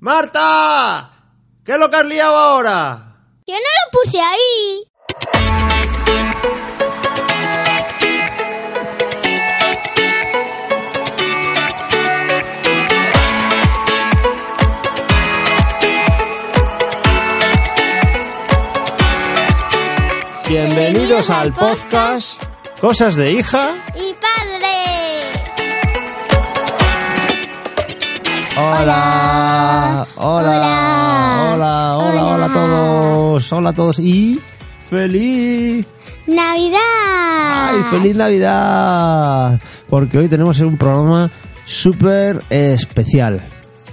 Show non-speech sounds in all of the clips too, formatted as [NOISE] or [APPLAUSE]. ¡Marta! ¿Qué es lo que has liado ahora? Yo no lo puse ahí. Bienvenidos al podcast Cosas de hija. Y padre. Hola, hola, hola, hola, hola, hola. a todos, hola a todos y feliz, Navidad. Ah. ay, feliz Navidad, porque hoy tenemos un programa súper especial.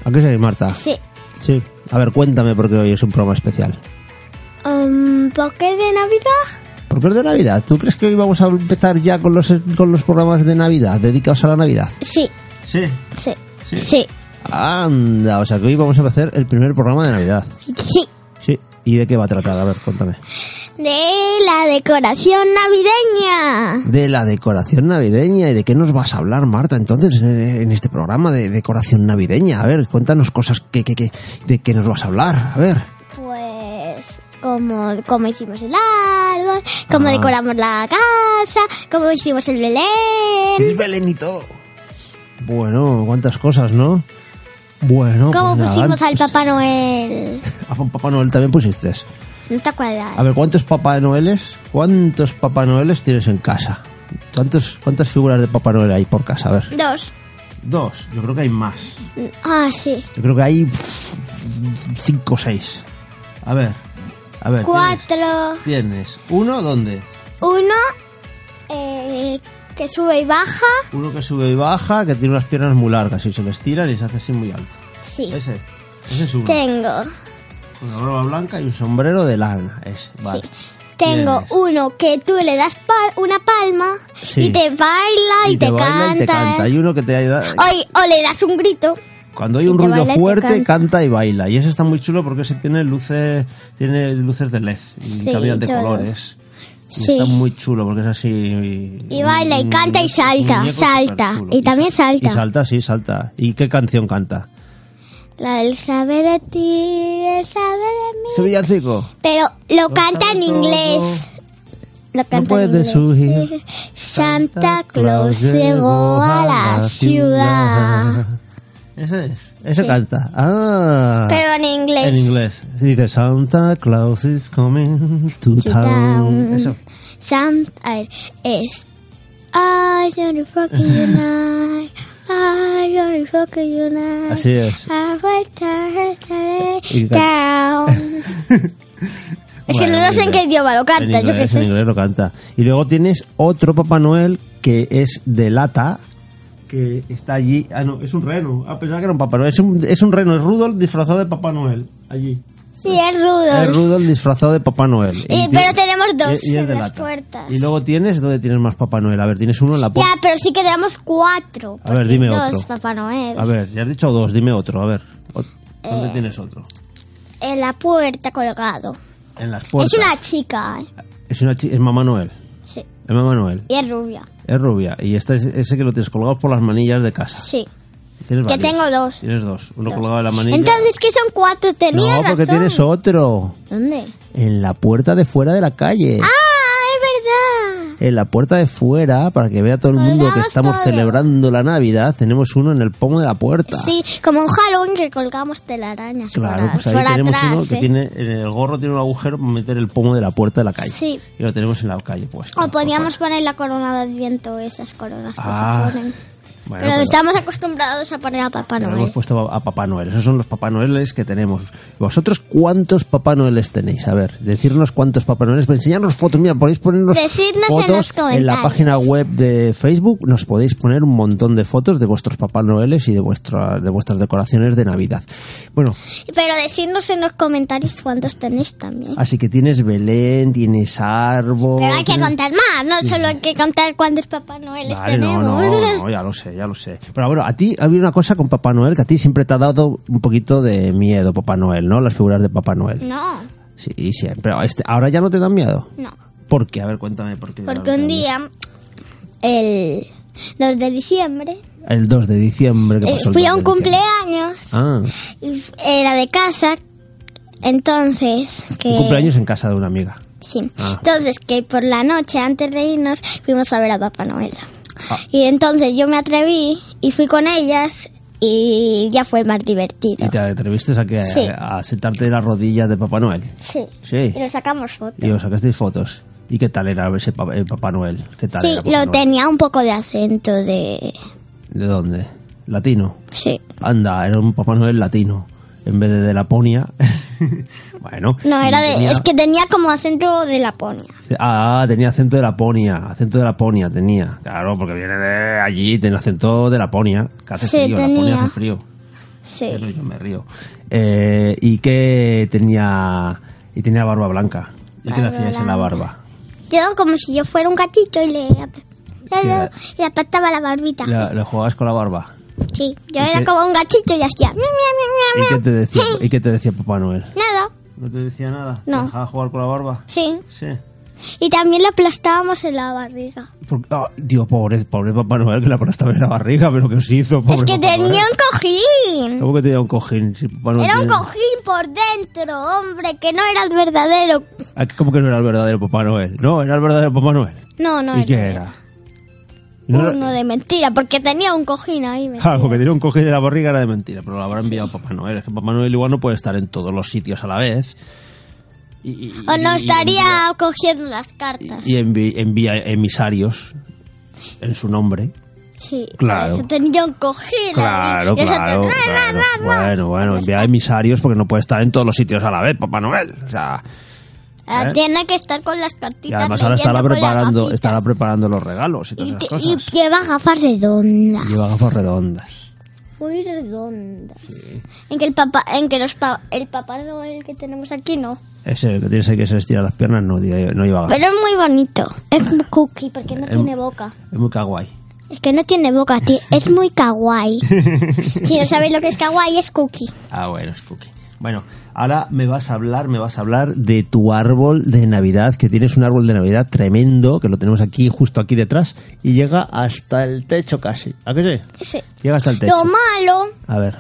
¿A qué se Marta? Sí. Sí. A ver, cuéntame por qué hoy es un programa especial. Um, ¿Por qué de Navidad? ¿Por qué es de Navidad? ¿Tú crees que hoy vamos a empezar ya con los, con los programas de Navidad, dedicados a la Navidad? Sí, Sí. sí, Sí. sí, sí. Anda, o sea que hoy vamos a hacer el primer programa de Navidad. Sí. ¿Y de qué va a tratar? A ver, cuéntame. De la decoración navideña. De la decoración navideña y de qué nos vas a hablar, Marta, entonces, eh, en este programa de decoración navideña. A ver, cuéntanos cosas que, que, que- de qué nos vas a hablar. A ver. Pues como, como hicimos el árbol, como Ah. decoramos la casa, como hicimos el Belén, El Belén y todo. Bueno, cuántas cosas, ¿no? Bueno, como pues nada, pusimos al pues, Papá Noel. A un Papá Noel también pusiste. ¿No te acuerdas? A ver, ¿cuántos Papá Noeles? ¿Cuántos Papá Noeles tienes en casa? ¿Cuántos, ¿Cuántas figuras de Papá Noel hay por casa? A ver. Dos. Dos. Yo creo que hay más. Ah, sí. Yo creo que hay pff, cinco o seis. A ver, a ver. Cuatro. ¿Tienes, tienes uno dónde? Uno eh, que sube y baja. Uno que sube y baja, que tiene unas piernas muy largas y se les tiran y se hace así muy alto. Sí. Ese, ese es uno. Tengo. Una barba blanca y un sombrero de lana. Ese, vale. Tengo Tienes. uno que tú le das pal- una palma Sí. y te baila y, te, baila canta. ¿eh? y te canta. Hay uno que te ayuda. O, o le das un grito. Cuando hay Y un te ruido baila y te fuerte, canta. canta. y baila. Y ese está muy chulo porque ese tiene luces, tiene luces de LED y Sí, cambian de todo. colores. Y Sí. Está muy chulo porque es así. Y, Y baila y canta y un salta, muñeco salta. superchulo. Y también sa- salta. Y salta, sí, salta. ¿Y qué canción canta? La él sabe de ti, él sabe de mí. ¿Ese villancico? Pero lo Lo canta en sabe inglés. Lo canta en puede inglés. surgir. Santa Claus llegó a la ciudad. Ese es. Ese Sí. canta. Ah. Pero en inglés. En inglés. Dice Santa Claus is coming to To town. town. Eso. Santa a ver, es I don't fucking unite. I don't fucking unite. Así es. I will tear Y it can- [LAUGHS] down. Es que no sé en qué idioma lo canta, En yo qué inglés, sé. En inglés lo canta. Y luego tienes otro Papá Noel que es de lata, que está allí. Ah, no, es un reno. Ah, pensaba que era un Papá Noel. Es un, es un reno, es Rudolf disfrazado de Papá Noel. Allí. Sí, es Es rudo. Rudolf disfrazado de Papá Noel. Y- tiene- pero tenemos dos y- y es en de las lata. puertas. Y luego tienes, ¿dónde tienes más Papá Noel? A ver, tienes uno en la puerta. Ya, pero sí que tenemos cuatro. A ver, porque dime dos, otro. Papá Noel. A ver, ya has dicho dos, dime otro, a ver. Ot- ¿Dónde Eh. tienes otro? En la puerta colgado. En las puertas. Es una chica, ¿eh? Es una chi- es Mamá Noel. Sí. Es Mamá Noel. Y es rubia. Es rubia. Y este es ese que lo tienes colgado por las manillas de casa. Sí. Tienes Que varios. tengo dos. Tienes dos. Uno Dos. colgado de la manilla. Entonces, ¿qué son cuatro? Tenía no, porque razón. tienes otro. ¿Dónde? En la puerta de fuera de la calle. ¡Ah, es verdad! En la puerta de fuera, para que vea todo el mundo que Colgamos estamos todo. celebrando la Navidad, tenemos uno en el pomo de la puerta. Sí, como un Halloween que colgamos telarañas Claro, por, pues ahí por tenemos atrás. uno que ¿eh? tiene, en el gorro tiene un agujero para meter el pomo de la puerta de la calle. Sí. Y lo tenemos en la calle, pues. O podíamos poner la corona de viento, esas coronas que Ah, se ponen. bueno, pues pero pero- estamos acostumbrados a poner a Papá Pero Noel. hemos puesto a a Papá Noel. Esos son los Papá Noeles que tenemos. ¿Vosotros cuántos Papá Noeles tenéis? A ver, decirnos cuántos Papá Noeles. Enseñarnos fotos. Mira, podéis ponernos Decidnos en fotos los comentarios. la página web de Facebook. Nos podéis poner un montón de fotos de vuestros Papá Noeles y de, vuestra, de vuestras decoraciones de Navidad. Bueno, Pero decidnos en los comentarios cuántos tenéis también. así que tienes Belén, tienes árbol. Pero hay que tienes- contar más, no solo hay que contar cuántos Papá Noeles Vale, no, tenemos. no, no, ya lo sé, ya lo sé. Pero bueno, a ti había una cosa con Papá Noel que a ti siempre te ha dado un poquito de miedo, Papá Noel, ¿no? Las figuras de Papá Noel. [LAUGHS] no, Sí, siempre. Este, ahora ya no te dan miedo. no. ¿Por qué? A ver, cuéntame por qué. Porque un día, el 2 de diciembre, El 2 de diciembre. ¿qué Eh, pasó el fui 2 a de un diciembre? cumpleaños, Ah, y era de casa, entonces que... un cumpleaños en casa de una amiga. Sí. Ah. Entonces, que por la noche, antes de irnos, fuimos a ver a Papá Noel. Ah. Y entonces yo me atreví y fui con ellas y ya fue más divertido. Y te atreviste a, que, Sí. a, a sentarte en las rodillas de Papá Noel. Sí. Sí. Y le sacamos fotos. Y os sacasteis fotos. ¿Y qué tal era ese pa- el Papá Noel? ¿Qué tal Sí, era Papá lo Noel? tenía un poco de acento de... ¿De dónde? ¿Latino? Sí. Anda, era un Papá Noel latino. En vez de de Laponia. [LAUGHS] bueno. No, y era de... tenía- Es que tenía como acento de Laponia. Ah, tenía acento de Laponia. Acento de Laponia tenía. Claro, porque viene de allí, tiene acento de Laponia. Que hace Sí, frío. Laponia tenía. hace frío. Pero Sí. yo me río. Eh, ¿Y qué tenía? Y tenía barba blanca. ¿Y qué le Barba hacías en la blanca. barba? Yo como si yo fuera un gatito y le... ap- Le, Era- le apretaba la barbita. ¿Le, le jugabas con la barba? Sí, yo ¿Y era qué- como un gatito y hacía... miau, miau, miau, ¿Y miau, qué miau. te decía, ¿y qué te decía Papá Noel? Nada, ¿No te decía nada? No. dejaba jugar con la barba? sí. Sí. Y también le aplastábamos en la barriga. Porque, ah, Dios, pobre, pobre Papá Noel que le aplastaba en la barriga, pero que os hizo, pobre es que Papá tenía Noel. un cojín. ¿Cómo que tenía un cojín? Si Papá Noel Era un tiene- cojín por dentro, hombre, que no era el verdadero. Ah, ¿Cómo que no era el verdadero Papá Noel? No, era el verdadero Papá Noel. No, no ¿Y era. qué era? No era- Uno de mentira, porque tenía un cojín ahí. metido. Ah, porque tenía un cojín de la barriga era de mentira, pero lo habrá enviado Papá Noel. Es que Papá Noel igual no puede estar en todos los sitios a la vez. Y, y- y- O no y- estaría cogiendo las cartas. Y envi- envía emisarios en su nombre. Sí, por Claro. eso tenía un cojín. ahí. Claro, Y eso te- claro, ra, ra, claro. ra, Pues ra. Bueno, bueno, envía emisarios porque no puede estar en todos los sitios a la vez, Papá Noel. O sea, Ah, ¿eh? Tiene que estar con las y cartitas. además ahora estará leyendo con las preparando, gafitas. estará preparando los regalos y todas Y, esas te- cosas. y lleva gafas redondas. Lleva gafas redondas. Muy redondas. En que el papá, en que los pa- el papá Noel que tenemos aquí no. Ese que tienes ahí que se estira las piernas no, no lleva gafas. Pero es muy bonito. Es muy cookie porque no Em- tiene boca. Es muy kawaii. Es que no tiene boca, ti- es muy [LAUGHS] kawaii. si no sabéis lo que es kawaii, es cookie. Ah, bueno, es cookie. Bueno, ahora me vas a hablar, me vas a hablar de tu árbol de Navidad, que tienes un árbol de Navidad tremendo, que lo tenemos aquí, justo aquí detrás, y llega hasta el techo casi. ¿A qué sí? Ese. Llega hasta el techo. Lo malo A ver,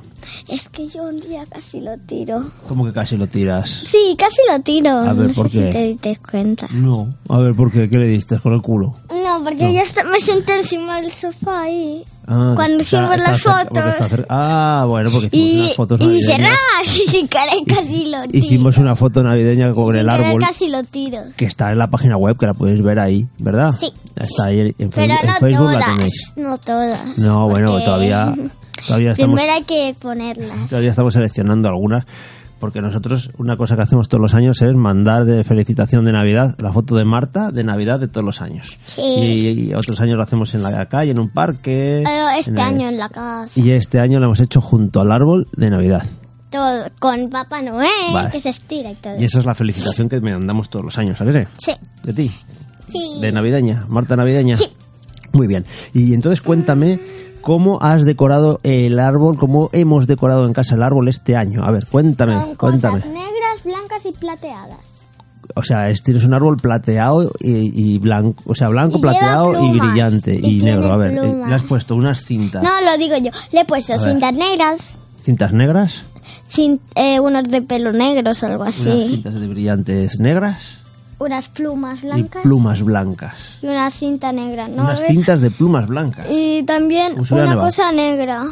es que yo un día casi lo tiro. ¿cómo que casi lo tiras? Sí, casi lo tiro. A ver, no ¿por sé qué? si te diste cuenta. No. A ver, ¿por qué? ¿Qué le diste? ¿Con el culo? No, porque No. yo est- me senté encima del sofá y Ah, cuando está- hicimos está las cerca- porque está fotos. cerca. Ah, bueno, porque hicimos Y, unas fotos y navideñas. se [LAUGHS] así sin querer, casi lo tiro. Hicimos una foto navideña con Sin el querer, árbol. casi lo tiro. que está en la página web, que la podéis ver ahí, ¿verdad? Sí. Está ahí en, Face- Pero en no Facebook la todas. tenéis. No todas. No, bueno, porque [LAUGHS] todavía, todavía estamos, Primero hay que ponerlas. todavía estamos seleccionando algunas, porque nosotros una cosa que hacemos todos los años es mandar de felicitación de Navidad la foto de Marta de Navidad de todos los años. Sí. Y, y otros años lo hacemos en la calle, en un parque. Eh, Este en el- año en la casa. Y este año lo hemos hecho junto al árbol de Navidad. Todo, con Papá Noel, Vale. que se estira y todo. Y esa es la felicitación que me mandamos todos los años, ¿sabes? Sí. De ti. Sí. De navideña, Marta navideña. Sí. Muy bien. Y entonces cuéntame cómo has decorado el árbol, cómo hemos decorado en casa el árbol este año. A ver, cuéntame, Con cuéntame. cosas negras, blancas y plateadas. O sea, es- tienes un árbol plateado y, y blanco, o sea, blanco, Y lleva plateado y plumas, brillante y y, tiene negro. A ver, eh, plumas. le has puesto unas cintas, No, lo digo yo. Le he puesto ver. cintas negras, cintas negras, cin- eh, unos de pelo negros o algo unas así. cintas de brillantes negras Unas plumas blancas. y plumas blancas. y una cinta negra, ¿no? unas ¿Ves? cintas de plumas blancas. Y también Uy, se voy a una nevar. cosa negra.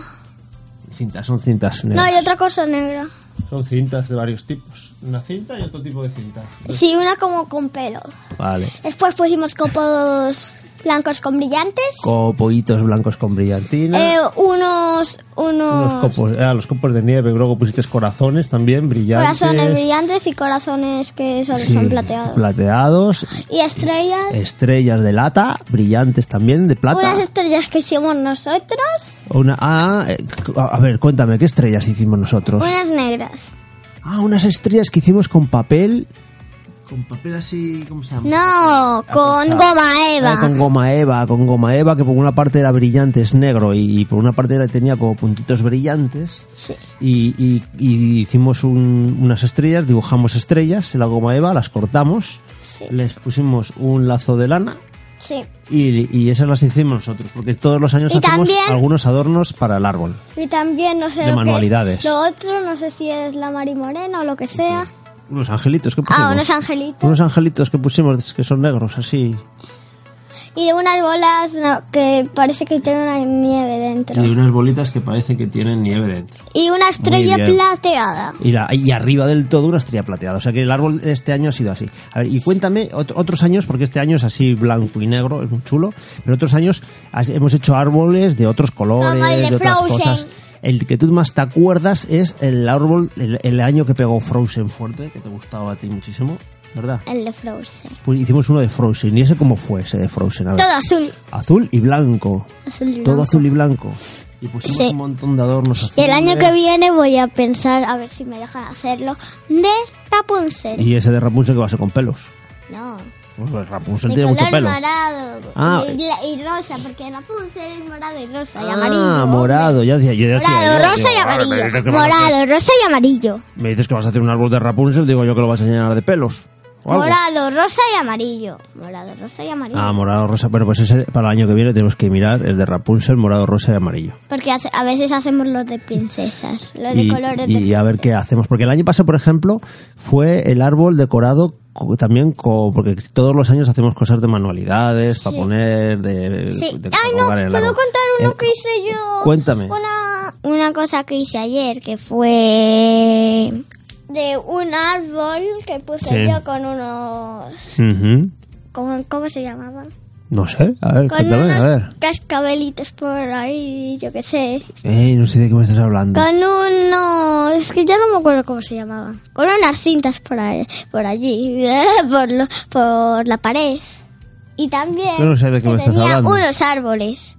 Cintas, son cintas No, negras. y otra cosa negra. Son cintas de varios tipos. Una cinta y otro tipo de cinta. Sí, una como con pelo. Vale. Después pusimos copos blancos con brillantes. Copoitos blancos con brillantina. Eh, oh. unos, unos, Unos copos, eran los copos de nieve, luego pusiste corazones también, brillantes. corazones brillantes y corazones que son, Sí, son plateados. plateados, y estrellas. estrellas de lata, brillantes también, de plata. Unas estrellas que hicimos nosotros. Una, ah, eh, a a ver, cuéntame, ¿qué estrellas hicimos nosotros? Unas negras. Ah, unas estrellas que hicimos con papel. Con papel así, ¿cómo se llama? No, con goma Ah, eva. con goma eva, con goma eva, que por una parte era brillante, es negro, y, y por una parte era- tenía como puntitos brillantes. Sí. y, y- y hicimos un- unas estrellas, dibujamos estrellas en la goma eva, las cortamos, Sí. les pusimos un lazo de lana Sí. Y, y esas las hicimos nosotros, porque todos los años Y hacemos también- algunos adornos para el árbol. Y también, no sé De lo que es. manualidades. Lo otro, no sé si es la Mari Morena o lo que sea. Unos angelitos que pusimos. Ah, unos angelitos. Pues Unos angelitos que pusimos que son negros, así. Y unas bolas no, que parece que tiene una nieve dentro. Y unas bolitas que parece que tienen nieve dentro. Y una estrella bien. plateada. Y, la- y arriba del todo una estrella plateada. O sea que el árbol de este año ha sido así. A ver, y cuéntame ot- otros años, porque este año es así blanco y negro, es muy chulo. Pero otros años has- hemos hecho árboles de otros colores, Como el de otras Frozen. cosas. El que tú más te acuerdas es el árbol, el, el año que pegó Frozen fuerte, que te gustaba a ti muchísimo, ¿verdad? El de Frozen. Pues hicimos uno de Frozen. ¿Y ese cómo fue ese de Frozen? A ver. Todo azul. Azul y blanco. Azul y Pues- Todo blanco. azul y blanco. Y pusimos Sí. un montón de adornos azules. Y el año que viene voy a pensar, a ver si me dejan hacerlo, de Rapunzel. Y ese de Rapunzel que va a ser con pelos. No. Pues Rapunzel De tiene mucho color pelo. morado Ah, y, y rosa, porque Rapunzel es morado y rosa y ah, amarillo. morado. Ya decía, yo decía Morado, yo, rosa y digo, "Ahora me dices que amarillo. vas a hacer- Morado, rosa y amarillo. Me dices que vas a hacer un árbol de Rapunzel, digo yo que lo vas a llenar de pelos. o algo. Morado, rosa y amarillo. Morado, rosa y amarillo. Ah, morado, rosa. Bueno, pues ese para el año que viene tenemos que mirar el de Rapunzel, morado, rosa y amarillo. Porque hace- a veces hacemos los de princesas, los de y, colores y de... a ver qué hacemos. Porque el año pasado, por ejemplo, fue el árbol decorado co- también co- porque todos los años hacemos cosas de manualidades para Sí. poner de, Sí. de Ay, no, colgar en el puedo árbol. contar uno Eh, que hice yo. cuéntame. Una, una cosa que hice ayer, que fue de un árbol que puse Sí. yo con unos... Ujú. ¿Cómo, cómo se llamaban? No sé, a ver, Con cuéntame, unos a ver. cascabelitos por ahí, yo qué sé. Ey, Eh, no sé de qué me estás hablando. Con unos... Es que ya no me acuerdo cómo se llamaban. Con unas cintas por, ahí, por allí, eh, por, lo- por la pared. Y también Yo no sé de qué que me estás tenía hablando. unos árboles.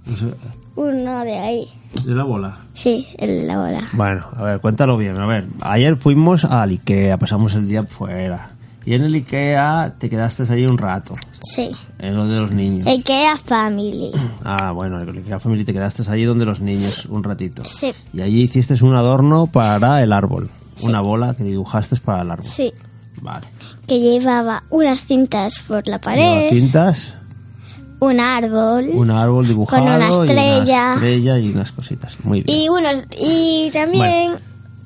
Uno de ahí. De la bola. Sí, el la bola. Bueno, a ver, cuéntalo bien. A ver, ayer fuimos al Ikea, pasamos el día fuera. Y en el Ikea te quedaste ahí un rato, Sí. en lo de los niños. El que [CLEARS THROAT] era family. Ah, bueno, en el Ikea Family te quedaste allí donde los niños un ratito. Sí. Y allí hiciste un adorno para el árbol. Una bola que dibujaste para el árbol. Sí. Vale. Que llevaba unas cintas por la Unas pared, cintas, un árbol un árbol dibujado. Con una Y estrella. una estrella y unas cositas. Muy bien. y unos y también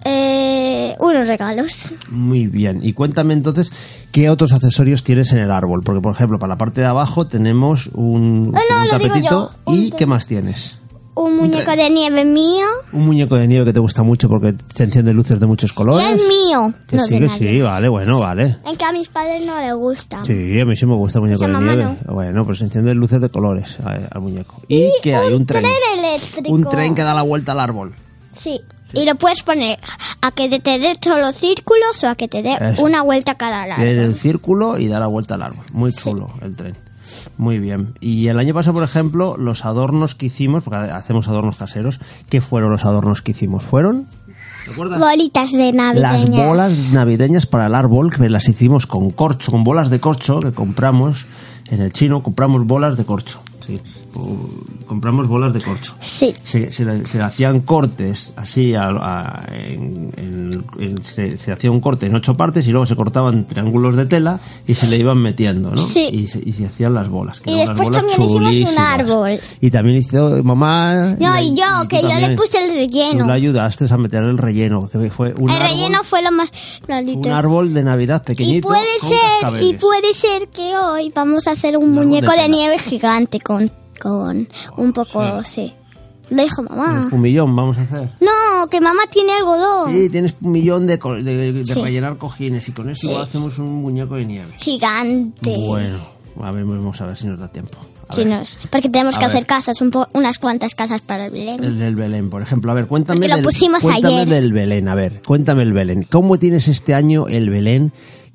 eh, unos regalos. Muy bien. Y cuéntame entonces qué otros accesorios tienes en el árbol. Porque, por ejemplo, para la parte de abajo tenemos un, Ah, no, un lo digo tapetito. yo. Un ¿Y ta- qué más tienes? Un muñeco de nieve mío. Un muñeco de nieve que te gusta mucho porque te enciende luces de muchos Y colores. es mío. Que no sí, de que nadie. sí, vale, bueno, vale. En que a mis padres no les gusta. Sí, a mí sí me gusta el muñeco de Esa mamá nieve. Bueno, pues enciende luces de colores eh, al, al muñeco. ¿Y, qué hay? Un tren. eléctrico. Un tren que da la vuelta al árbol. Sí. Y lo puedes poner a que te dé solo círculos o a que te dé Eso. una vuelta cada lado. Tiene el círculo y da la vuelta al árbol. Muy chulo el tren. Muy bien. Y el año pasado, por ejemplo, los adornos que hicimos, porque hacemos adornos caseros, ¿qué fueron los adornos que hicimos? Fueron ¿te acuerdas? Bolitas de las navideñas. bolas navideñas para el árbol, que las hicimos con corcho, con bolas de corcho que compramos en el chino, compramos bolas de corcho. Sí, o- compramos bolas de corcho Sí. se, se le- se le hacían cortes así a- a- en- en- en- se, se hacía un corte en ocho partes y luego se cortaban triángulos de tela y se le iban metiendo ¿no? Sí. y, se, y se hacían las bolas que Y eran unas después bolas también hicimos un chulísimas. árbol. y también hizo mamá No, y yo, tú que yo le también. puse el tú le relleno. ayudaste a meter el relleno que fue un El árbol, relleno fue lo más un planito. árbol de navidad Y pequeñito puede con ser, cascabeles. y puede ser que hoy vamos a hacer un Un árbol muñeco de de tela. nieve gigante con, con un poco, sí. Lo dijo mamá. un humillón vamos a hacer No, que mamá tiene algodón Sí, tienes un millón de, co- de- de Oh. Sí. rellenar cojines y con eso Sí. hacemos un muñeco de nieve. gigante. Bueno, a ver, vamos a ver si nos da tiempo. A Sí, ver, no es- porque tenemos A que ver. hacer casas, un po- unas cuantas casas para el Belén. El del Belén, por ejemplo. A ver, cuéntame, Porque lo del, pusimos cuéntame ayer. del Belén. A ver, cuéntame el Belén. ¿Cómo tienes este año el Belén?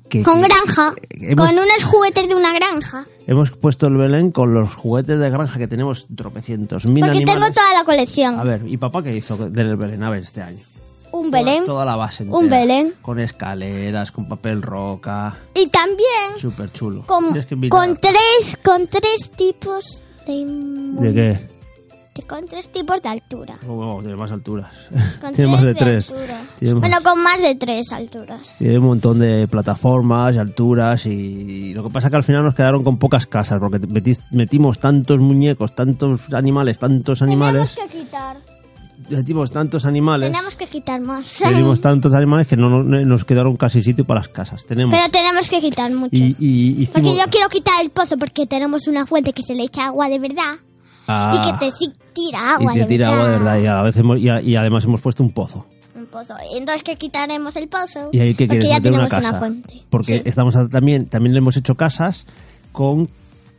Que, Con que- granja, hemos- con unos juguetes de una granja. Hemos puesto el Belén con los juguetes de granja que tenemos tropecientos mil Porque animales. tengo toda la colección. A ver, ¿y papá qué hizo del Belén? A ver, este año. un Belén. Toda la base entera. Un Belén. Con escaleras, con papel roca. Y también Súper chulo. con, Tienes que mirar. con tres con tres tipos de, mu- ¿De qué? Con tres tipos de altura. Oh, wow, tiene más alturas. [LAUGHS] Con tiene más de tres. altura. Tiene, Bueno, con más de tres alturas. tiene un montón de plataformas y alturas. Y, y lo que pasa que al final nos quedaron con pocas casas porque metis- metimos tantos muñecos, tantos animales, tantos animales. Tenemos que quitar. Metimos tantos animales. Tenemos que quitar más. [LAUGHS] Metimos tantos animales que no no- nos quedaron casi sitio para las casas. Tenemos. Pero tenemos que quitar mucho. y, y Porque hicimos. yo quiero quitar el pozo porque tenemos una fuente que se le echa agua de verdad y Ah, que te sí tira agua y te de tira verdad. agua de verdad. Y, a veces hemos- y a- y además hemos puesto un pozo. Un pozo. Entonces que quitaremos el pozo ¿Y ahí qué porque quieres? ya meter tenemos una casa. fuente. Porque Sí. estamos a- también, también le hemos hecho casas con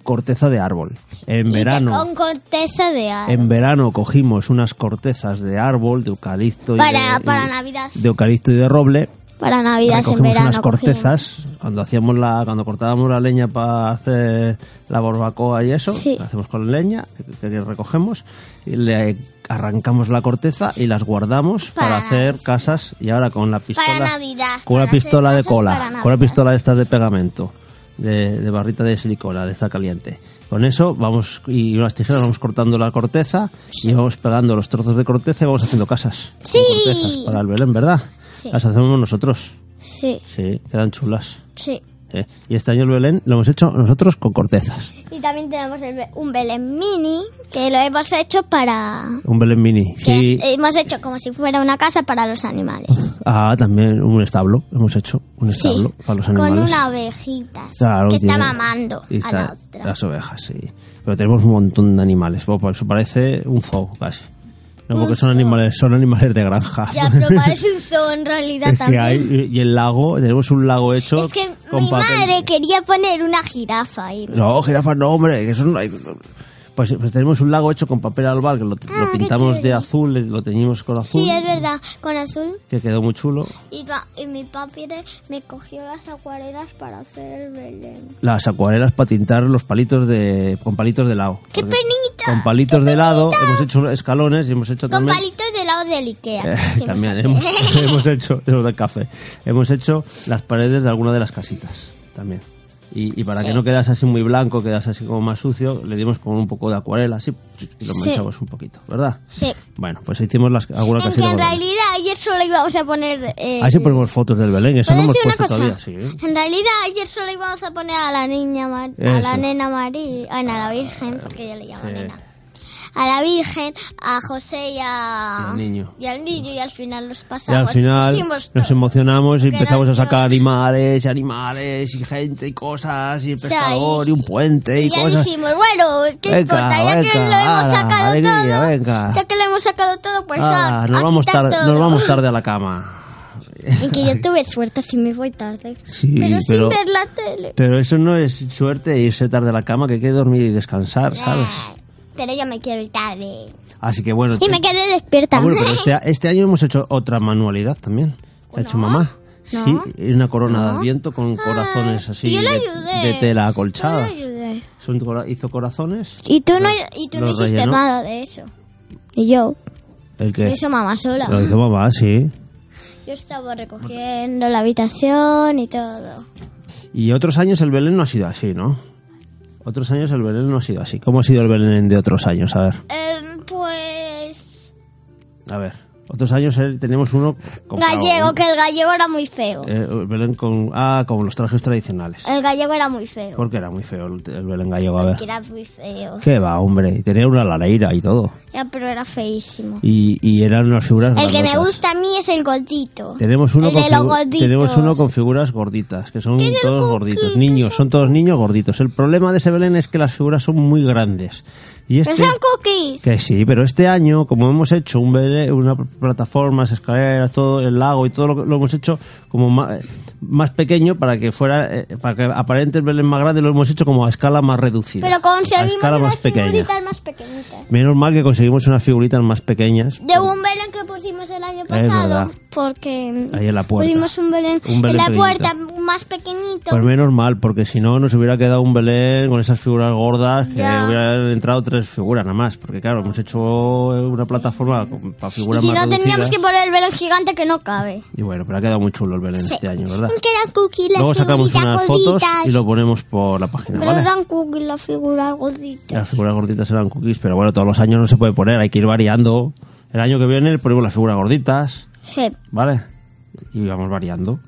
corteza de árbol. En Y verano, Em, Con corteza de árbol. en verano cogimos unas cortezas de árbol, de eucalipto y Para- de, para y- Navidad. de eucalipto y de roble. Para Navidad en Recogimos verano. unas cortezas cuando hacíamos la, cuando cortábamos la leña para hacer la barbacoa y eso, Sí. la hacemos con leña, que, que recogemos, y le arrancamos la corteza y las guardamos para, Para- hacer casas y ahora con la pistola Para Navidad, con una para hacer pistola de casas para cola, Navidad. con una pistola de estas de pegamento, de, de barrita de silicona, de esta caliente. Con eso vamos y unas tijeras vamos cortando la corteza y vamos pegando los trozos de corteza y vamos haciendo casas. con Sí. cortezas para el Belén, ¿verdad? Sí. Las hacemos nosotros. Sí, Sí, quedan chulas. sí. Eh, Y este año el Belén lo hemos hecho nosotros con cortezas. Y también tenemos el be- un Belén mini que lo hemos hecho para... Un Belén mini. Sí. que hemos hecho como si fuera una casa para los animales. Ah, también un establo. Hemos hecho un Sí, establo para los animales. con una ovejita Claro, que está tiene- mamando y a está- la otra. Las ovejas, sí. Pero tenemos un montón de animales. Bueno, por Eso parece un zoo, casi. No, Un porque son zoo. animales, son animales de granja. Ya, [LAUGHS] pero parece un zoo en realidad es que también. hay, y el lago, tenemos un lago hecho. Es que con mi papel- madre quería poner una jirafa ahí. No, jirafas no, hombre, que son... ay, Pues, pues tenemos un lago hecho con papel albal, que lo, Ah, lo qué pintamos de chulo. azul, lo teñimos con azul, Sí, es verdad, con azul. que quedó muy chulo. Y, va- y mi papi re- me cogió las acuarelas para hacer el Belén. Las acuarelas para tintar los palitos de... con palitos de lado. ¡Qué Porque penita! Con palitos de lado, hemos hecho escalones y hemos hecho Con también... palitos de lado del Ikea. Eh, hicimos También ¿eh? aquí. hemos, [LAUGHS] hemos hecho eso del café. Hemos hecho las paredes de alguna de las casitas también. Y, y para que Sí. no quedas así muy blanco, quedas así como más sucio, le dimos con un poco de acuarela así y lo Sí. manchamos un poquito, ¿verdad? [LAUGHS] Sí. Bueno, pues hicimos las, alguna En que casita. en por ahí. realidad ayer solo íbamos a poner... eh, Ahí Ah, sí ponemos fotos del Belén, eso no ¿Puedo hemos decir una puesto cosa? todavía. Sí. En realidad ayer solo íbamos a poner a la niña, Mar- a Eso. la nena María, bueno, a la Virgen, porque yo le llamo sí. nena. A la Virgen, a José y a... Y al niño. Y al niño, y al final los Y al pasamos. final pusimos nos todo. emocionamos y Porque empezamos a eran sacar animales, y animales y gente y cosas y el sea, pescador y- y un puente y, Y ya cosas. dijimos, bueno, ¿qué Venga, importa? Ya que venga, lo hemos ala, sacado alegría, todo, venga. ya que lo hemos sacado todo, pues Ah, a- nos, a vamos quitar tarde, todo. nos vamos tarde a la cama. [LAUGHS] Y que yo tuve suerte si me voy tarde. Sí, pero, sin pero- ver la tele. Pero eso no es suerte irse tarde a la cama, que hay que dormir y descansar, ¿sabes? Ah, Pero yo me quiero ir tarde. Así que bueno. Y me quedé despierta. Ah, bueno, [LAUGHS] pero este, este año hemos hecho otra manualidad también. que ha hecho mamá. no, Ah, Sí, una corona de adviento con corazones así yo lo de, ayudé. de tela Yo le acolchada. ayudé. Son cora- hizo corazones. Y tú no, Ah, y tú no Los hiciste rellenó. nada de eso. Y yo, El lo que hizo mamá sola. lo hizo mamá, sí. Yo estaba recogiendo la habitación y todo. Y otros años el Belén no ha sido así, ¿no? Otros años el Belén no ha sido así. ¿Cómo ha sido el Belén de otros años? A ver, Em, pues a ver. Otros años eh, teníamos uno comprado, gallego, un- que el gallego era muy feo. Eh, el Belén con. Ah, como los trajes tradicionales. El gallego era muy feo. Porque era muy feo el, el Belén gallego, a ver. Que era muy feo. ¿Qué va, hombre? Y Tenía una lareira y todo. Ya, pero era feísimo. Y, y eran unas figuras. El que me grandotas. gusta a mí es el gordito. Tenemos uno, el de con los figu- gorditos. tenemos uno con figuras gorditas, que son es el todos cookie? gorditos. ¿Qué Niños, son todos niños gorditos. El problema de ese Belén es que las figuras son muy grandes. Y este, Pero son cookies. que sí, pero este año, como hemos hecho un Belén, una plataforma, escaleras, todo el lago y todo lo, que- lo hemos hecho como ma- eh, más, pequeño para que fuera, eh, para que aparente el Belén más grande, lo hemos hecho como a escala más reducida. Pero a conseguimos escala unas más pequeña. figuritas más pequeñitas. Menos mal que conseguimos unas figuritas más pequeñas. De un Belén que pusimos el año verdad. pasado, porque Ahí en la puerta. pusimos un Belén, Un Belén en la pequeñito. puerta más pequeñito. Pues menos mal, porque si no nos hubiera quedado un Belén con esas figuras gordas que Ya. hubieran entrado tres figuras nada más. Porque claro, hemos hecho una plataforma con- para y figuras si más no, teníamos reducidas. que poner el velo gigante que no cabe. Y bueno, pero ha quedado muy chulo el Belén Sí. este año, ¿verdad? Que eran cookies, las Luego sacamos figuritas unas fotos gorditas. y lo ponemos por la página, Pero ¿vale? eran cookies, las figuras gorditas. Las figuras gorditas eran cookies, pero bueno, todos los años no se puede poner, hay que ir variando. El año que viene ponemos las figuras gorditas, Sí. ¿vale? Y vamos variando.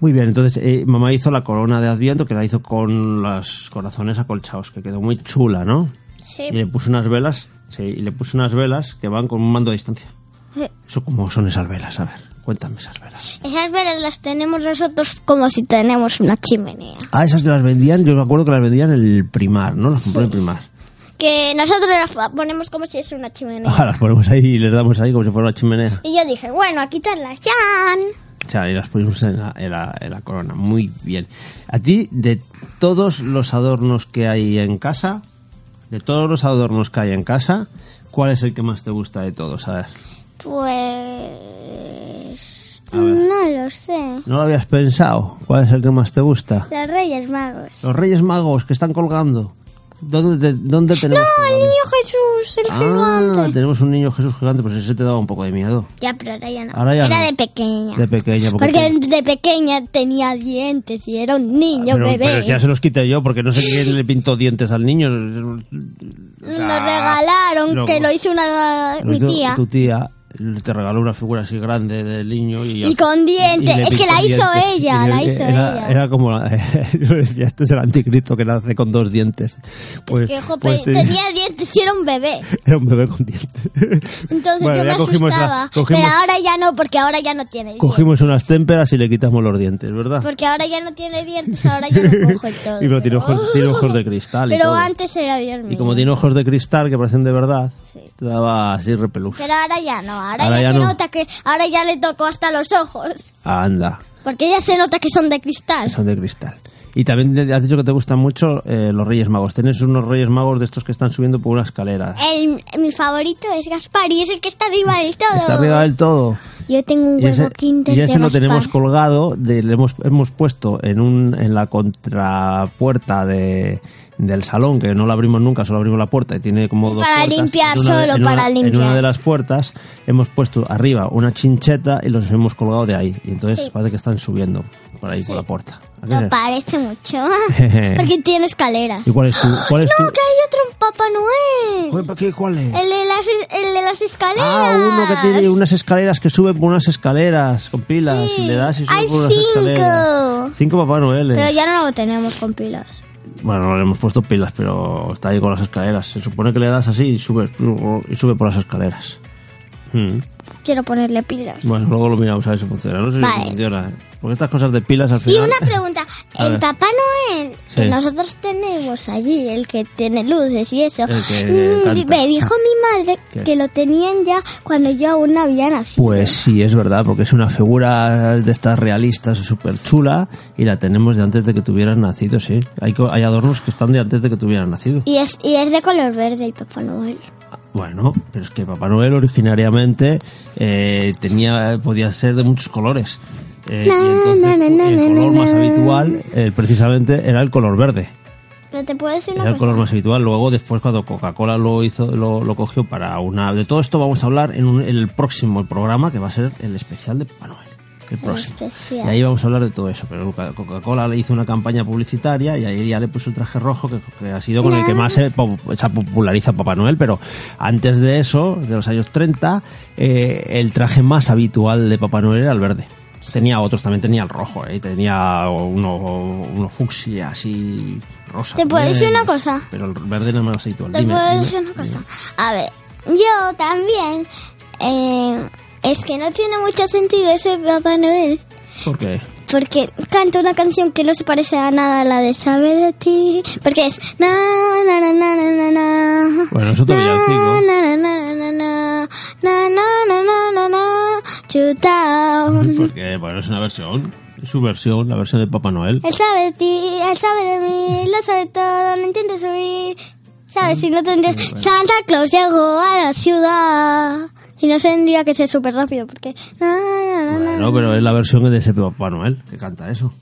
Muy bien, entonces eh, mamá hizo la corona de Adviento que la hizo con los corazones acolchados, que quedó muy chula, ¿no? Sí. Y le puso unas velas, sí, y le puso unas velas que van con un mando a distancia. Sí. Eso como son esas velas, a ver, cuéntame esas velas. Esas velas las tenemos nosotros como si tenemos una chimenea. Ah, esas que las vendían, yo me acuerdo que las vendían en el primar, ¿no? Las compré en el primar. Que nosotros las pa- ponemos como si es una chimenea. Ah, las ponemos ahí y les damos ahí como si fuera una chimenea. Y yo dije, bueno, a quitarlas, ya. O sea, y las pusimos en la, en la- en la corona. Muy bien. A ti, de todos los adornos que hay en casa, de todos los adornos que hay en casa, ¿cuál es el que más te gusta de todos? A ver, Pues... A ver. No lo sé. ¿no lo habías pensado? ¿Cuál es el que más te gusta? Los Reyes Magos. Los Reyes Magos que están colgando. ¿Dónde, de- dónde tenemos? No, el colgado? niño Jesús, el Ah, gigante. tenemos un niño Jesús gigante, pues ese te daba un poco de miedo. Ya, pero ahora ya no. Ahora ya era no. de pequeña. De pequeña, porque, Porque de pequeña tenía dientes y era un Ah, niño pero, bebé. pero ya se los quité yo porque no sé quién le pintó dientes al niño. O sea, Nos regalaron, no. que lo hizo una, Ah. Lo mi hizo tía. Tu tía te regaló una figura así grande del niño y, Y con dientes. le Es que pintó la hizo dientes. ella, Y la era- hizo era, ella. Era como, [LAUGHS] yo decía, este es el anticristo que nace con dos dientes. Pues, es que, jo, pues pe- tenía dientes y era un bebé. [LAUGHS] Era un bebé con dientes. Entonces Bueno, yo me ya cogimos la- asustaba. cogimos- Pero ahora ya no, porque ahora ya no tiene dientes. Cogimos unas témperas y le quitamos los dientes, ¿verdad? Porque ahora ya no tiene dientes, ahora [LAUGHS] ya lo cojo y todo. y pero tiene ojos, [LAUGHS] tiene ojos de cristal. y Pero todo. antes era Dios mío. Y como tiene ojos de cristal que parecen de verdad, Sí. te daba así repelús. Pero ahora ya no, ahora, Ahora ya, ya se no. nota que ahora ya le tocó hasta los ojos, Anda, porque ya se nota que son de cristal. son de cristal. Y también te- has dicho que te gustan mucho eh, los Reyes Magos. Tienes unos Reyes Magos de estos que están subiendo por una escalera. El, mi favorito es Gaspar y es el que está arriba del todo. Está arriba del todo. Yo tengo un Y huevo ese, kinder y de ese lo Gaspar. tenemos colgado, de- le hemos, hemos puesto en, un, en la contrapuerta de, del salón, que no la abrimos nunca, solo abrimos la puerta y tiene como dos Para puertas. limpiar En una de- solo, en una- para En limpiar. una de las puertas hemos puesto arriba una chincheta y los hemos colgado de ahí. Y entonces Sí. parece que están subiendo por ahí, por la puerta. ¿A qué No es? [LAUGHS] parece mucho, porque tiene escaleras. ¿Y cuál es tu...? Cuál es No, tu- que hay otro Papá Noel. Uy, ¿para qué? ¿Cuál es? El de las, es- el de las escaleras. Ah, uno que tiene unas escaleras que suben por unas escaleras con pilas Sí. y le das y sube Hay por unas cinco. escaleras. Cinco Papá Noel. eh. Pero ya no lo tenemos con pilas. Bueno, no le hemos puesto pilas, pero está ahí con las escaleras. Se supone que le das así y sube, y sube por las escaleras. Mm. Quiero ponerle pilas. Bueno, luego lo miramos a ver si funciona. No sé Vale. si funciona. ¿eh? Porque estas cosas de pilas al Y final. una pregunta, A el ver. Papá Noel Sí. que nosotros tenemos allí, el que tiene luces y eso, El que mm, canta. me dijo mi madre ¿Qué? que lo tenían ya cuando yo aún había nacido. [LAUGHS] Pues sí, es verdad, porque es una figura de estas realistas súper chula y la tenemos de antes de que tuvieras nacido, sí. Hay, co- hay adornos que están de antes de que tuvieras nacido. Y es, y es de color verde el Papá Noel. Bueno, pero es que Papá Noel originariamente eh, tenía, podía ser de muchos colores. Eh, y Na, entonces, na, na, na, el na, color na, más na. habitual, eh, precisamente, era el color verde. Pero te puedo decir Era una el cosa. color más habitual. Luego, después, cuando Coca-Cola lo hizo, lo, lo cogió para una. De todo esto vamos a hablar en, un- en el próximo programa, que va a ser el especial de Papá Noel. Pues El próximo. especial. Y ahí vamos a hablar de todo eso. Pero Coca- Coca-Cola le hizo una campaña publicitaria y ahí ya le puso el traje rojo, que, que ha sido con el que más se, po- se populariza Papá Noel. Pero antes de eso, de los años 30, eh, el traje más habitual de Papá Noel era el verde. Tenía otros, también tenía el rojo, ¿eh? tenía uno, uno fucsia así rosa. ¿Te puedo también. decir una cosa? Pero el verde no es más habitual. Te Dime, puedo dime, decir una dime. cosa. A ver, yo también. eh, es que no tiene mucho sentido ese Papá Noel. ¿Por qué? Porque canta una canción que no se parece a nada a la de Sabe de ti. Porque es. Na, na, na, na, na, na, na. Bueno, es otro Na, villancico. na, na, na, na, na. Na, na, na, na, na, na. Shoot [LAUGHS] down. Porque, bueno, es una versión. Es su versión, la versión de Papá Noel. Él sabe de ti, él sabe de mí, lo sabe todo, no intentes huir. Mm, ¿Sabes? Si no tendrías. Santa Claus llegó a la ciudad. Y no tendría que ser súper rápido porque. na, na, na, na, Bueno, pero es la versión de ese Papá Noel que canta eso.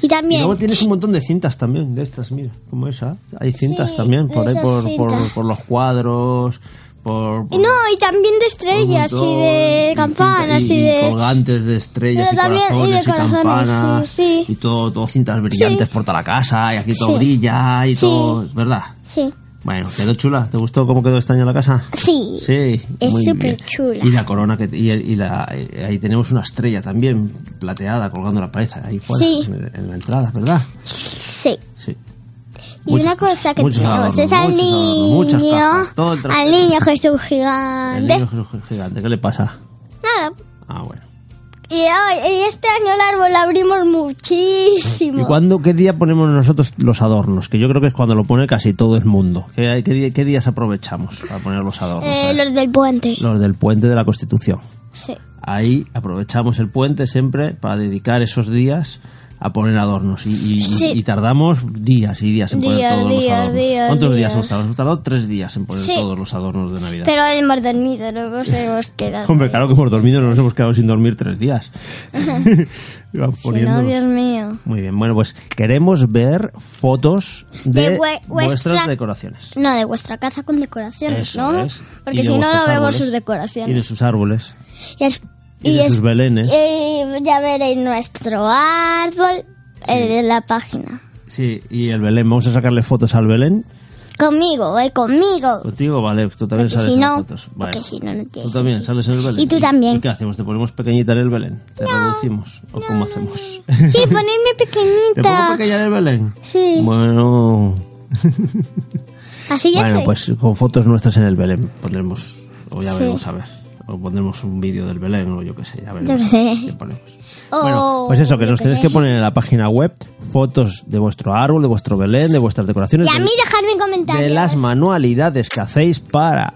Y Y también. luego tienes un montón de cintas también, de estas, mira, como esa. Hay cintas Sí, también, por de ahí, esas por, por- cintas. por los cuadros, por... Y no, y también de estrellas y de campanas y, de. colgantes de estrellas Pero y también- y de corazones y, corazones, campanas sí, sí. y todo, todo cintas brillantes por toda la casa y aquí todo Sí. brilla y Sí. todo, ¿verdad? Sí. Bueno, quedó chula. ¿Te gustó cómo quedó este año la casa? Sí. Sí, Es muy bien. superchula. Y la corona que y, el- y la eh, ahí tenemos una estrella también plateada colgando en la pared ahí fuera Sí. en, en la entrada, ¿verdad? Sí. Sí. Y Muchas una cosa que muchos tenemos adornos, es al muchos adornos, muchas niño, cajas, todo el traje. al niño Jesús El gigante. niño Jesús gigante, ¿qué le pasa? Nada. Ah, bueno. Y, hoy- y este año el árbol lo abrimos muchísimo. ¿Y cuándo, qué día ponemos nosotros los adornos? Que yo creo que es cuando lo pone casi todo el mundo. ¿Qué, qué di- qué días aprovechamos para poner los adornos? Eh, A ver. los del puente. los del puente de la Constitución. Sí. Ahí aprovechamos el puente siempre para dedicar esos días a poner adornos. Y, y- y- Sí. y tardamos días y días en Días, poner todos los días, adornos. días, ¿Cuántos días días. hemos tardado? Hemos tardado tres días en poner Sí. todos los adornos de Navidad. Pero hemos dormido, no nos hemos quedado. Hombre, claro que hemos dormido, no nos hemos quedado sin dormir tres [LAUGHS] días. Iba Si no, poniéndonos. Dios mío. Muy bien, bueno, pues queremos ver fotos de, De hue- vuestras vuestra- decoraciones. No, de vuestra casa con decoraciones, Eso ¿no? es. Y Porque de si no, vuestros no vemos árboles. sus Y de decoraciones. sus árboles. Y es- Y, y de es- sus belenes. y Eh, ya veréis nuestro árbol en la página. Sí, y el Belén. Vamos a sacarle fotos al Belén. Conmigo, voy conmigo. Contigo, vale, tú también Porque sales si en las no, fotos. Vale. porque si no, no tiene Tú también sales en el Belén. Y tú también. ¿Y qué hacemos? ¿Te ponemos pequeñita en el Belén? ¿Te reducimos? ¿O cómo hacemos? [LAUGHS] Sí, ponerme [LAUGHS] ¿Te pongo pequeñita. pequeña en el Belén? Sí. Bueno. Así ya bueno, soy. pues con fotos nuestras en el Belén pondremos, o ya Sí. veremos a ver, o pondremos un vídeo del Belén o yo qué sé, ya veremos. Yo qué a ver sé. qué ponemos. O- bueno, pues eso, que yo nos qué tenéis sé. que poner en la página web fotos de vuestro árbol, de vuestro Belén, de vuestras decoraciones, Y a de, mí dejadme comentarios. de las manualidades que hacéis para...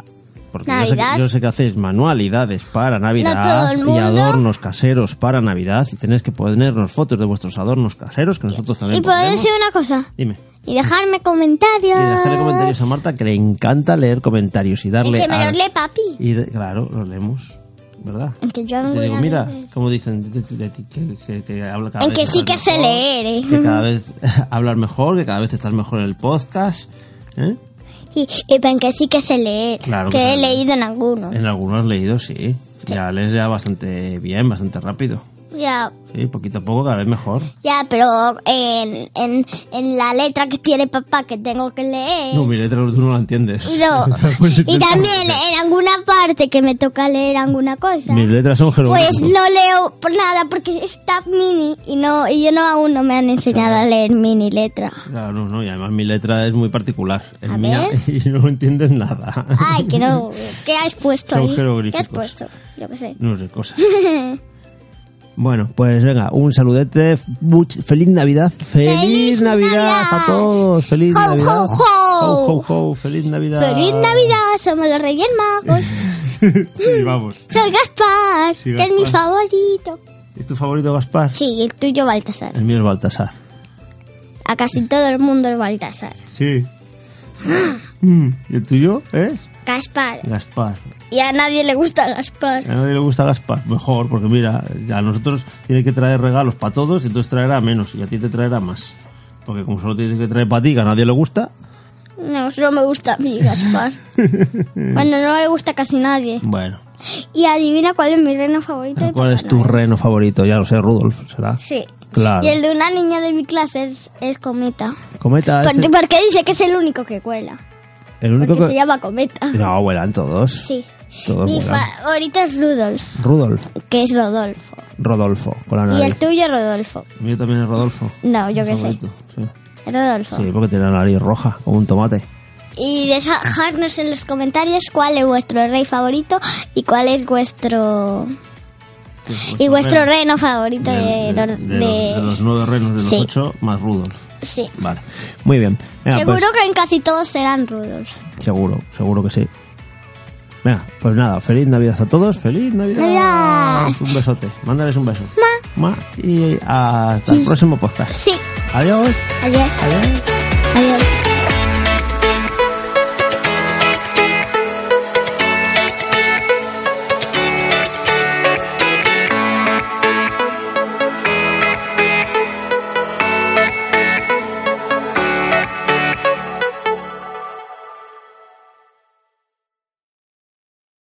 Porque yo sé, que- Navidad. yo sé que hacéis manualidades para todo Navidad el y mundo. adornos caseros para Navidad y tenéis que ponernos fotos de vuestros adornos caseros que nosotros también Y puedo pondremos. decir una cosa. Dime. Y dejarme comentarios. Y dejarle comentarios a Marta, que le encanta leer comentarios y Y darle que me a- los lee papi. Y de- claro, los leemos, ¿verdad? Aunque yo Y hago te digo, una mira, vez- como dicen de ti- de ti, que, que- que habla cada En vez que sí más que sé mejor, leer, ¿eh? Que cada vez [LAUGHS] hablas mejor, que cada vez estás mejor en el podcast. ¿eh? [LAUGHS] Y, y ven que sí que se lee. Claro que que he se lee. leído en alguno. En algunos leídos, sí. Ya lees ya bastante bien, bastante rápido. Ya, Sí, poquito a poco, cada vez mejor. ya, pero en, en, en la letra que tiene papá que tengo que leer. No, mi letra tú no la entiendes. No. [LAUGHS] Pues y intenta- también en alguna parte que me toca leer alguna cosa. Mis letras son Pues jeroglíficos. no leo por nada porque está mini y no y yo no aún no me han enseñado a leer mini letra. Claro, no, no, y además mi letra es muy particular. Es A mía ver. [LAUGHS] y no entiendes nada. Ay, que no. ¿Qué has puesto Son ahí? ¿Qué jeroglíficos. has puesto? Yo qué sé. [LAUGHS] No sé, [LAUGHS] cosas. Bueno, pues venga, un saludete. much- feliz Navidad. Feliz, ¡Feliz Navidad, Navidad! para todos. Feliz ¡Ho, Navidad. ho, ho! Ho, ho, ho. Feliz Navidad. ¡Feliz Navidad! Somos los Reyes [LAUGHS] Magos. sí, vamos. Soy Gaspar, Sí, que es mi Gaspar. favorito. ¿Es tu favorito Gaspar? Sí, el tuyo Baltasar. El mío es Baltasar. A casi todo el mundo es Baltasar. Sí. [GASPS] Mm, ¿Y el tuyo es? Gaspar. Gaspar. Y a nadie le gusta Gaspar. A nadie le gusta Gaspar. Mejor, porque mira, a nosotros tiene que traer regalos para todos y entonces traerá menos y a ti te traerá más. Porque como solo tienes que traer para ti, que a nadie le gusta. No, solo me gusta a mí Gaspar. Mm. bueno, no le gusta casi nadie. Bueno, Y adivina cuál es mi reino favorito. de ¿cuál Papá es tu Noel. reno favorito? Ya lo sé, Rudolf, ¿será? Sí. Claro. Y el de una niña de mi clase es, es Cometa. Cometa Ah, es Porque, el- porque dice que es el único que cuela. el único Porque se que... Pues llama Cometa. No, vuelan todos. Sí. Todos Mi vuelan. favorito es Rudolf, Rudolf, que es Rodolfo. Rodolfo, con la Y el nariz. tuyo, Rodolfo. El mío también es Rodolfo. No, yo qué sé. favorito, sí. Rodolfo. Sí, porque tiene la nariz roja, como un tomate. Y dejadnos en los comentarios cuál es vuestro rey favorito y cuál es vuestro... Y vuestro reino favorito De, de... pues, de- los- de los, de los nueve renos, de los Sí. ocho, más Rudolf. Sí. Vale, muy bien. Venga, Seguro pues, que en casi todos serán Rudolf. seguro, seguro que sí. Venga, pues nada, feliz Navidad a todos, feliz Navidad. Navidad. Un besote, mándales un beso. Mm. Ma. Y hasta el próximo podcast. Sí. Adiós. Adiós. Adiós.